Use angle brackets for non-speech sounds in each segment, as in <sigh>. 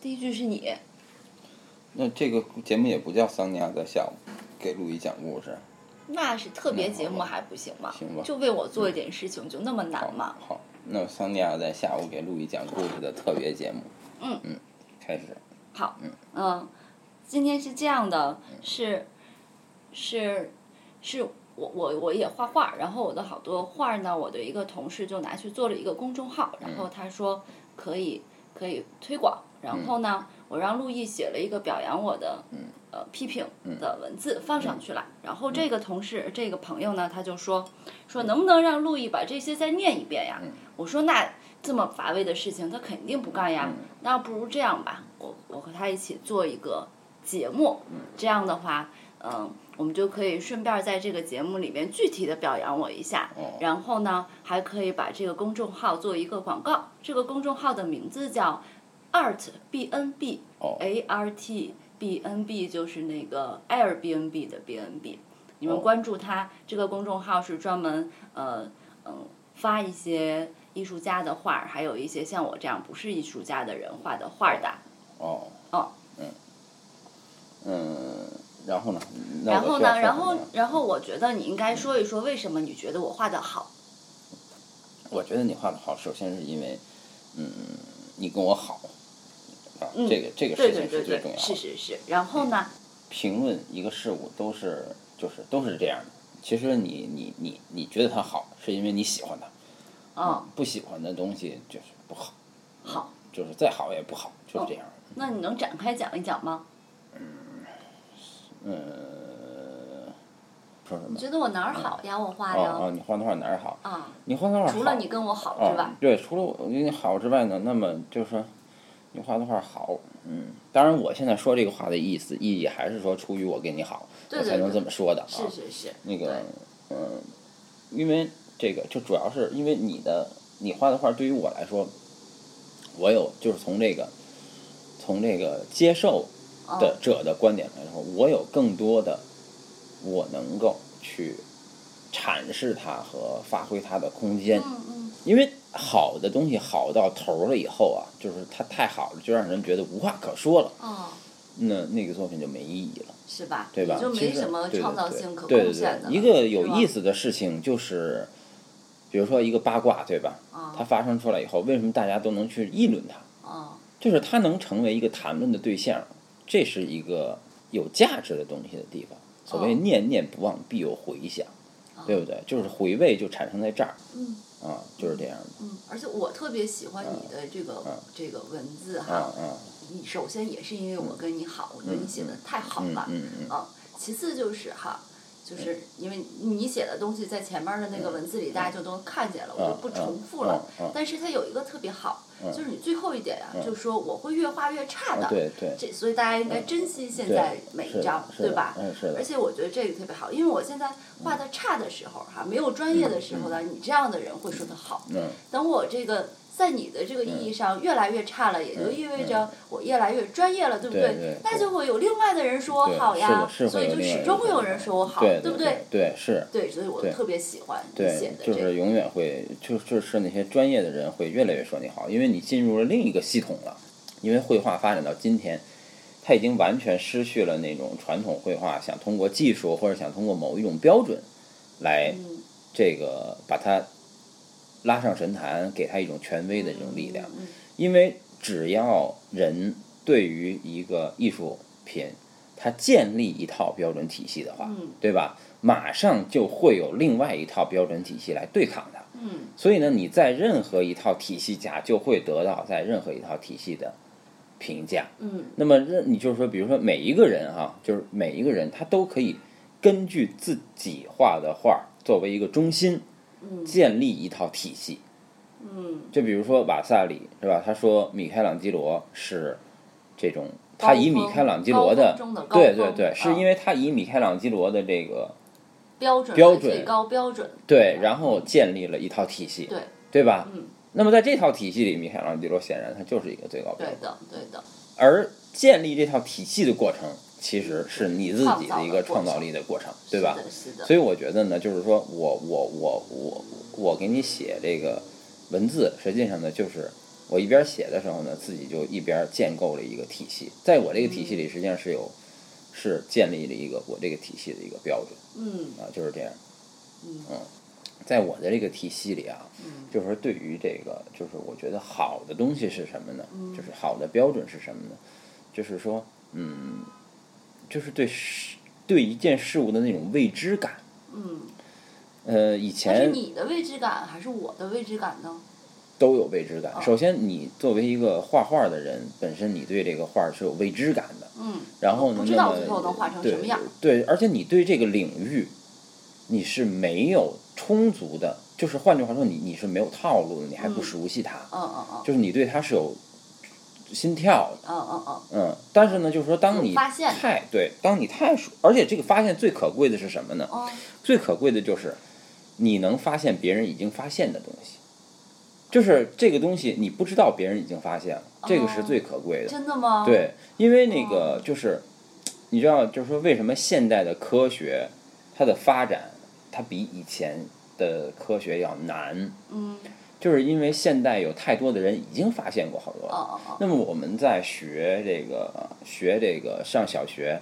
第一句是你，那这个节目也不叫桑尼亚在下午给路易讲故事，那是特别节目还不行吗？行吧就为我做一点事情，就那么难吗？好，那桑尼亚在下午给路易讲故事的特别节目，嗯嗯，开始，好，嗯今天是这样的，是，是，是我我我也画画，然后我的好多画儿呢，我的一个同事就拿去做了一个公众号，然后他说可以可以推广，然后呢，我让陆毅写了一个表扬我的、呃批评的文字放上去了，然后这个同事这个朋友呢，他就说说能不能让陆毅把这些再念一遍呀？我说那这么乏味的事情，他肯定不干呀。那不如这样吧，我我和他一起做一个节目，这样的话，嗯、我们就可以顺便在这个节目里面具体的表扬我一下，然后呢，还可以把这个公众号做一个广告。这个公众号的名字叫 Art B N B、A R T B N B 就是那个 Airbnb 的 B N B。你们关注它，这个公众号是专门呃嗯发一些艺术家的画儿，还有一些像我这样不是艺术家的人画的画儿的。哦，哦，嗯，嗯，然后呢？那然我后需要呢，然说什么后呀然后我觉得你应该说一说为什么你觉得我画的好。我觉得你画的好，首先是因为，嗯，你跟我好，啊，这个这个嗯对对事情对是最对重，要的。是是是。然后呢，评论一个事物都是就是都是这样的。其实你你你你觉得它好，是因为你喜欢它，嗯，不喜欢的东西就是不好，好，就是再好也不好，哦就是这样。那你能展开讲一讲吗？嗯，说什么你？觉得我哪儿好呀？我画哦哦，的你画的画哪儿好？啊，你画的画好除了你跟我好哦之外，对，除了我跟你好之外呢，那么就是说你画的画好，嗯，当然我现在说这个话的意思意义还是说出于我跟你好，对我才对能这对，么说的啊。是是是，那个对，嗯、因为这个就主要是因为你的你画的画对于我来说，我有就是从这个从这个接受嗯的者的观点来说，我有更多的我能够去阐释它和发挥它的空间。嗯嗯，因为好的东西好到头了以后啊，就是它太好了，就让人觉得无话可说了，哦，那那个作品就没意义了。是吧？对吧？也就其没实什么对对创造对性可对对贡献的了。对一个有意思思的事情就是，比如说一个八卦，对吧？它啊发生出来以后，为什么大家都能去议论它？啊，就是它能成为一个谈论的对象，这是一个有价值的东西的地方。所谓哦念念不忘，必有回响，对不对？就是回味就产生在这儿嗯啊，就是这样的嗯，而且我特别喜欢你的这嗯个这个文字啊哈，啊，你首先也是因为我跟你好，我觉得你写的太好嗯了，嗯嗯，嗯，其次就是哈，就是因为你写的东西在前面的那个文字里，大家就都看见了，我就不重复了。嗯嗯嗯嗯嗯但是它有一个特别好，就是你最后一点啊，就说我会越画越差的。啊对对，这所以大家应该珍惜现对在每是一的张，是对的吧？嗯，是的而，且我觉得这个特别好，因为我现在画的差的时候哈，没有专业的时候呢，你这样的人会说的好。嗯等我这个在你的这个意义上越来越差了，也就意味着我越来越专业了，对不嗯对对那就会有另外的人说我好呀，对是的是所会以就有另外始人终会说有我人说我好，对不对？对，是。对，所以我对特别喜欢你写对的，这就个。是永远会，就就是那些专业的人会越来越说你好，因为你进入了另一个系统了。因为绘画发展到今天，它已经完全失去了那种传统绘画想通过技术或者想通过某一种标准来嗯这个把它拉上神坛，给它一种权威的这种力量。嗯因为只要人对于一个艺术品，他建立一套标准体系的话，嗯对吧？马上就会有另外一套标准体系来对抗它。嗯所以呢，你在任何一套体系下，就会得到在任何一套体系的评价。嗯那么任你就是说，比如说每一个人哈、就是每一个人他都可以根据自己画的画儿作为一个中心，嗯建立一套体系。嗯，就比如说瓦萨里是吧？他说米开朗基罗是这种，他以米开朗基罗高的峰中的高对对峰对，是因啊为他以米开朗基罗的这个标准标为最准高标准，对，然后建立了一套体系，对对吧？嗯那么在这套体系里，米开朗基罗显然他就是一个最高标对准。的对的，而建立这套体系的过程，其实是你自己的一个创造力的过程，对吧是？的是的，所以我觉得呢，就是说我我我我我给你写这个文字，实际上呢，就是我一边写的时候呢，自己就一边建构了一个体系，在我这个体系嗯里，实际上是有是建立了一个我这个体系的一个标准嗯啊，就是这样。嗯在我的这个体系里啊，嗯就是说对于这个，就是我觉得好的东西是什么呢？嗯就是好的标准是什么呢？就是说，嗯，就是对事对一件事物的那种未知感。嗯，呃，以但是前你的未知感还是我的未知感呢？都有未知哦感。首先，你作为一个画画的人，本身你对这个画是有未知感的。嗯然后呢，不知道那么最后能画成什么样对。对，而且你对这个领域，你是没有充足的，就是换句话说，你你是没有套路的，你还嗯不熟悉它，嗯嗯嗯就是你对它是有心跳的。嗯嗯嗯，嗯，但是呢，就是说，当有你发现太对，当你太熟，而且这个发现最可贵的是什么呢？哦，最可贵的就是你能发现别人已经发现的东西，就是这个东西你不知道别人已经发现了，这个是哦最可贵的。真的吗？，对，因为那个就是，你知道，就是说为什么现代的科学它的发展，它比以前的科学要难，嗯，就是因为现代有太多的人已经发现过好多了。哦哦哦，那么我们在学这个呃学这个上小学。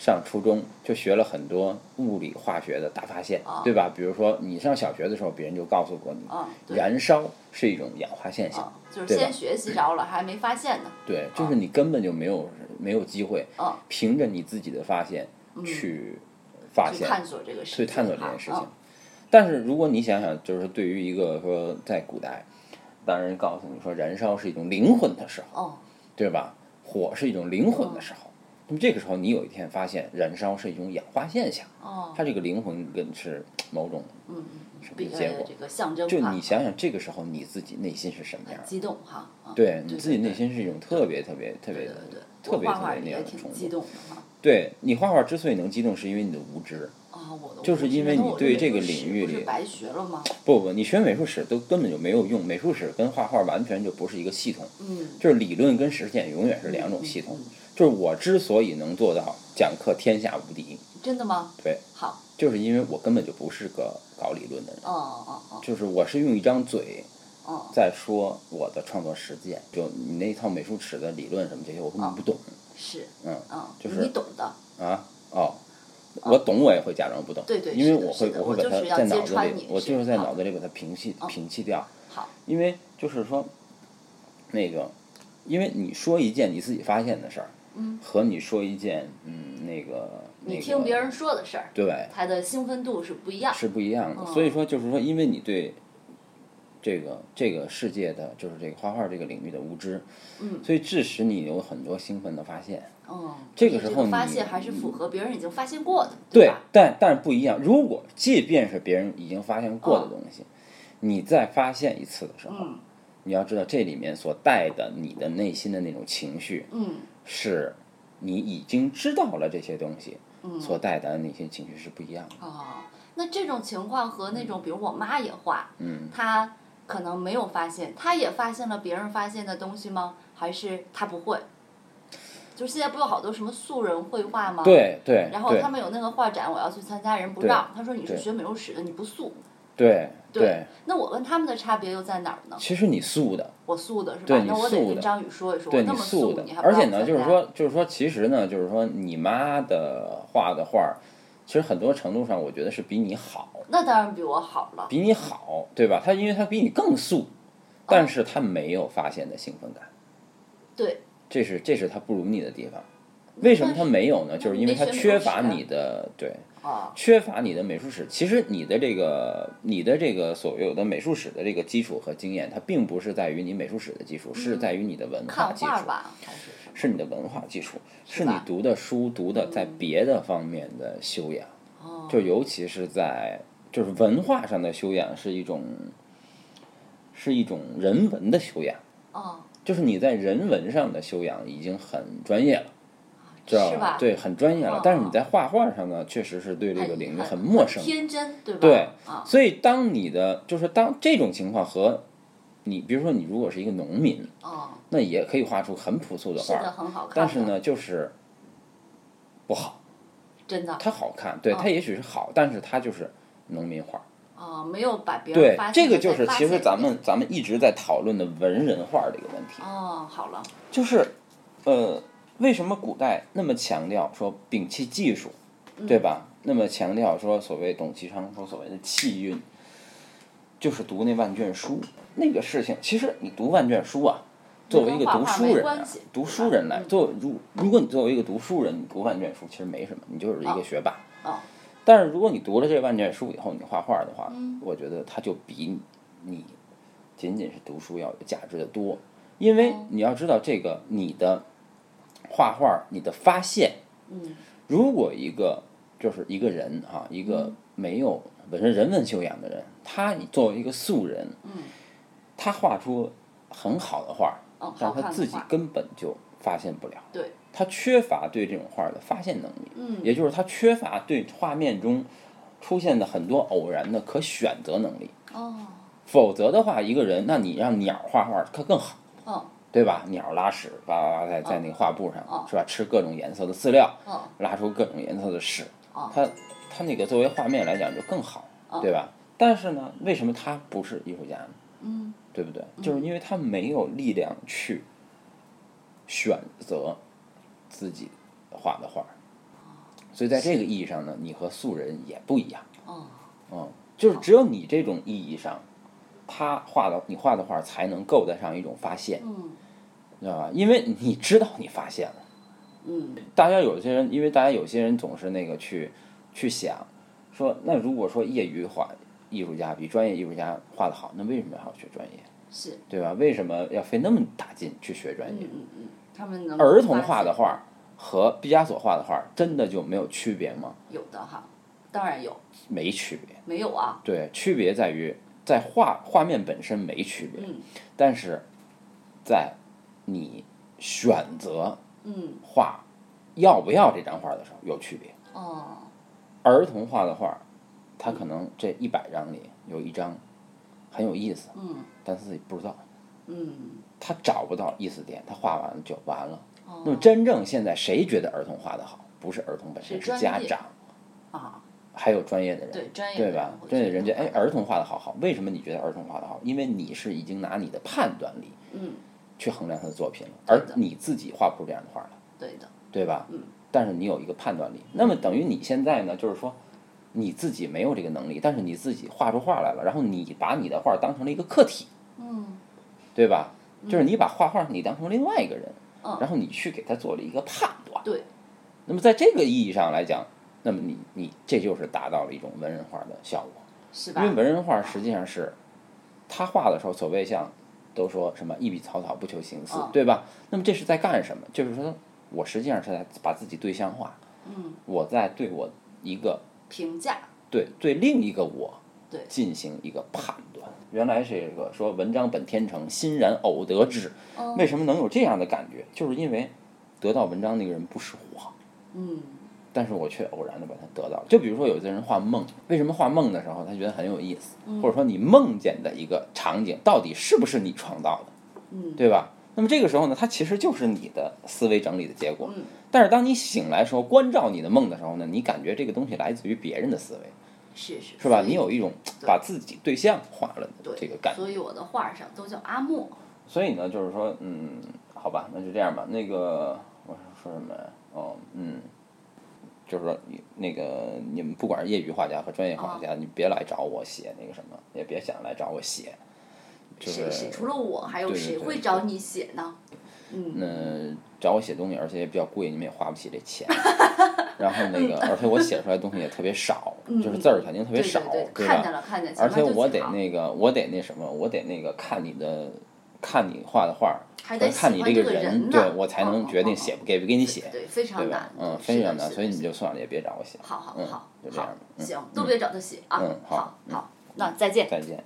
上初中就学了很多物理化学的大发现，对吧？比如说你上小学的时候，别人就告诉过你，嗯，对，燃烧是一种氧化现象，嗯，就是对吧先学习着了，还没发现呢。对，就是你根本就没有没有机会嗯，凭着你自己的发现嗯去发去现、探索这个事去情，探索这件事情啊。但是如果你想想，就是对于一个说在古代，当人告诉你说燃烧是一种灵魂的时候，哦，对吧？火是一种灵魂嗯的时候，那么这个时候你有一天发现燃烧是一种氧化现象，哦，它这个灵魂跟是某种嗯，什么比结个果这？个象征就哈你想想，这个时候你自己内心是什么样很的？激动哈，啊对你自己对内心是一种特别特别特对别对的对，特别我画特画别那样也的冲挺激动。动的哈。对你画画之所以能激动，是因为你的无知。啊，我的就是我因为觉得你我对美这个术领史域不里是白学了吗？不不，你学美术史都根本就没有用，美术史跟画画完全就不是一个系统，嗯，就是理论跟实践永远是两种系统。就是我之所以能做到讲课天下无敌，真的吗？对，好，就是因为我根本就不是个搞理论的人，哦哦哦就是我是用一张嘴哦，在说我的创作实践。就你那一套美术史的理论什么这些，我根本不懂哦是，嗯嗯，就是你懂的，啊。哦，我懂，我也会假装不懂，对对因为是的我是的我会会把就是它要在揭脑子穿里你，我是就是在好脑子里把它平息平息掉。好，因为就是说，那个，因为你说一件你自己发现的事儿，嗯，和你说一件嗯那个，那你个听别人说的事儿，对他的兴奋度是不一样。是不一样的。嗯所以说就是说，因为你对这个这个世界的就是这个画画这个领域的无知，嗯所以致使你有很多兴奋的发现。嗯，这所个以时候发你嗯现还是符合别人已经发现过的，对吧？，但但不一样。如果即便是别人已经发现过的嗯东西，你再发现一次的时候，嗯你要知道这里面所带的你的内心的那种情绪，嗯是你已经知道了这些东西嗯，所带来的那些情绪是不一样的。哦，那这种情况和那种，比如我妈也画，嗯，她可能没有发现，她也发现了别人发现的东西吗？还是她不会？就是现在不有好多什么素人绘画吗？。对对然后他们有那个画展，我要去参加，人不让。他说你是对学美术史的，你不素。对对那我跟他们的差别又在哪儿呢？其实你素的，我素的是对吧？你那我得素的跟张宇说一说，对我那么素的你，还不而且让我啊呢，参就是加，说，就是说，其实呢，就是说，你妈的画的画儿，其实很多程度上，我觉得是比你好，那当然比我好了。比你好，对吧？她因为她比你更素，但是她没有发现的兴奋感，对，这是这是她不如你的地方。为什么她没有呢？那就是你因为没她学美缺术乏史啊你的对啊，缺乏你的美术史，其实你的这个你的这个所有的美术史的这个基础和经验，它并不是在于你美术史的基础，是在于你的文嗯化看基画础，吧，还是什么？是你的文化基础，是你吧嗯读的书读的在别的方面的修养，哦，就尤其是在就是文化上的修养是一种，是一种人文的修养，哦，就是你在人文上的修养已经很专业了。知道啊是吧吧？对，很专业了。哦但是你哦在画画上呢，确实是对这很个领域很很陌生，天真，对吧？对啊，所以，当你的就是当这种情况和你，比如说你如果是一个农民，哦，那也可以画出很朴素的是画的，儿，很好看。但是，呢，就是不好，真的，哦它好看，对，它也许是好，但是它就是农民画儿，啊、没有把别对人发，现这个的就再是发其实现咱出来们咱们一直在讨论的文人画这个问题，哦，好了，就是呃，为什么古代那么强调说摒弃技术，嗯对吧？那么强调说所谓董其昌说所谓的气韵，就是读那万卷书那个事情。其实你读万卷书啊，作为一个画读画书没人关来系，读对书吧人来，嗯作如如果你作为一个读书人，你读万卷书其实没什么，你就是一个学霸。哦但是如果你读了这万卷书以后，你画画的话，嗯我觉得它就比你仅仅是读书要有价值的哦多，因为你要知道这个你的画画，你的发现，嗯，如果一个就是一个人哈、一嗯个没有本身人文修养的人，他你作为一个素人，嗯，他画出很好的画，哦，但好是他看自的己画，根本就发现不了，对，他缺乏对这种画的发现能力，嗯也就是他缺乏对画面中出现的很多偶然的可选择能力。哦否则的话，一个人，那你让鸟画画，它更好，哦对吧？鸟拉屎，哇哇哇，嗯在在那个画布上，哦是吧？吃各种颜色的饲料，哦拉出各种颜色的屎，哦，它它那个作为画面来讲就更好，对吧？但是呢，为什么他不是艺术家呢？嗯对不对？就是因为他没有力量去选择自己画的画儿，所以在这个意义上呢，你和素人也不一样。哦嗯，就是只有你这种意义上，他画的你画的画才能够得上一种发现，嗯你知道吧？因为你知道你发现了。嗯大家有些人，因为大家有些人总是那个去去想，说那如果说业余画艺术家比专业艺术家画的好，那为什么要学专业？是，对吧？为什么要费那么大劲去学专业？嗯嗯嗯，他们能儿童画发的现画和毕加索画的画真的就没有区别吗？有的哈，当然有，没区别。没有啊，对，区别在于在画画面本身没区别，嗯但是在你选择嗯画要不要这张画的时候有区别。哦儿童画的画，他可能这一百张里有一张很有意思，嗯但是自己不知道，嗯他找不到意思点，他画完了就完了。那么哦真正现在谁觉得儿童画的好？不是儿童本身，是是专家业长，啊，还有专业的人，对专业对的吧人？会专业觉人得家，哎，儿童画的好好，为什么你觉得儿童画的好？因为你是已经拿你的判断力嗯去衡量他的作品了，对而的你自己画不出这样的画来，对的，对吧？嗯。但是你有一个判断力，那么等于你现在呢，就是说你自己没有这个能力，但是你自己画出画来了，然后你把你的画当成了一个课题，嗯对吧？就是你把画画你当成另外一个人，嗯然后你去给他做了一个判断。对，那么在这个意义上来讲，那么你你这就是达到了一种文人画的效果，是吧因为？文人画实际上是，他画的时候所谓像都说什么一笔草草不求形似，嗯对吧？那么这是在干什么？就是说我实际上是在把自己对象化，嗯，我在对我一个评价对对另一个我对进行一个判断。原来是一个说文章本天成，欣然偶得之。哦为什么能有这样的感觉？就是因为得到文章那个人不是我，嗯但是我却偶然的把它得到了。就比如说，有的人画梦，为什么画梦的时候他觉得很有意思，嗯或者说你梦见的一个场景到底是不是你创造的，嗯对吧？那么这个时候呢，它其实就是你的思维整理的结果。嗯但是当你醒来时候，关照你的梦的时候呢，你感觉这个东西来自于别人的思维，是是是吧？所以你有一种把自己对象画了的对这个感觉。所以我的画上都叫阿莫，所以呢，就是说，嗯，好吧，那就这样吧。那个我说什么呀？哦，嗯，就是说，你那个你们不管是业余画家和专业画哦家，你别来找我写那个什么，也别想来找我写，就谁谁是除了我还有对对谁对会找你写呢？嗯嗯、找我写东西，而且也比较贵，你们也花不起这 <laughs> 钱。然后那个，而且我写出来的东西也特 <laughs> 别少，就是字儿肯定特别嗯对少，对对，看见吧？了看见，而且前面就我写得好那个，我得那什么，我得那个看你的，看你画的画儿，还我得喜看你欢个个人，人对呢我才哦能哦决定哦写不哦给不给你写，对，非常对吧难？，嗯，是非的常难，是所以的你就算了，也别找我写。好好嗯好就这样好嗯行，都别找他写啊嗯，好好好，那再见。再见。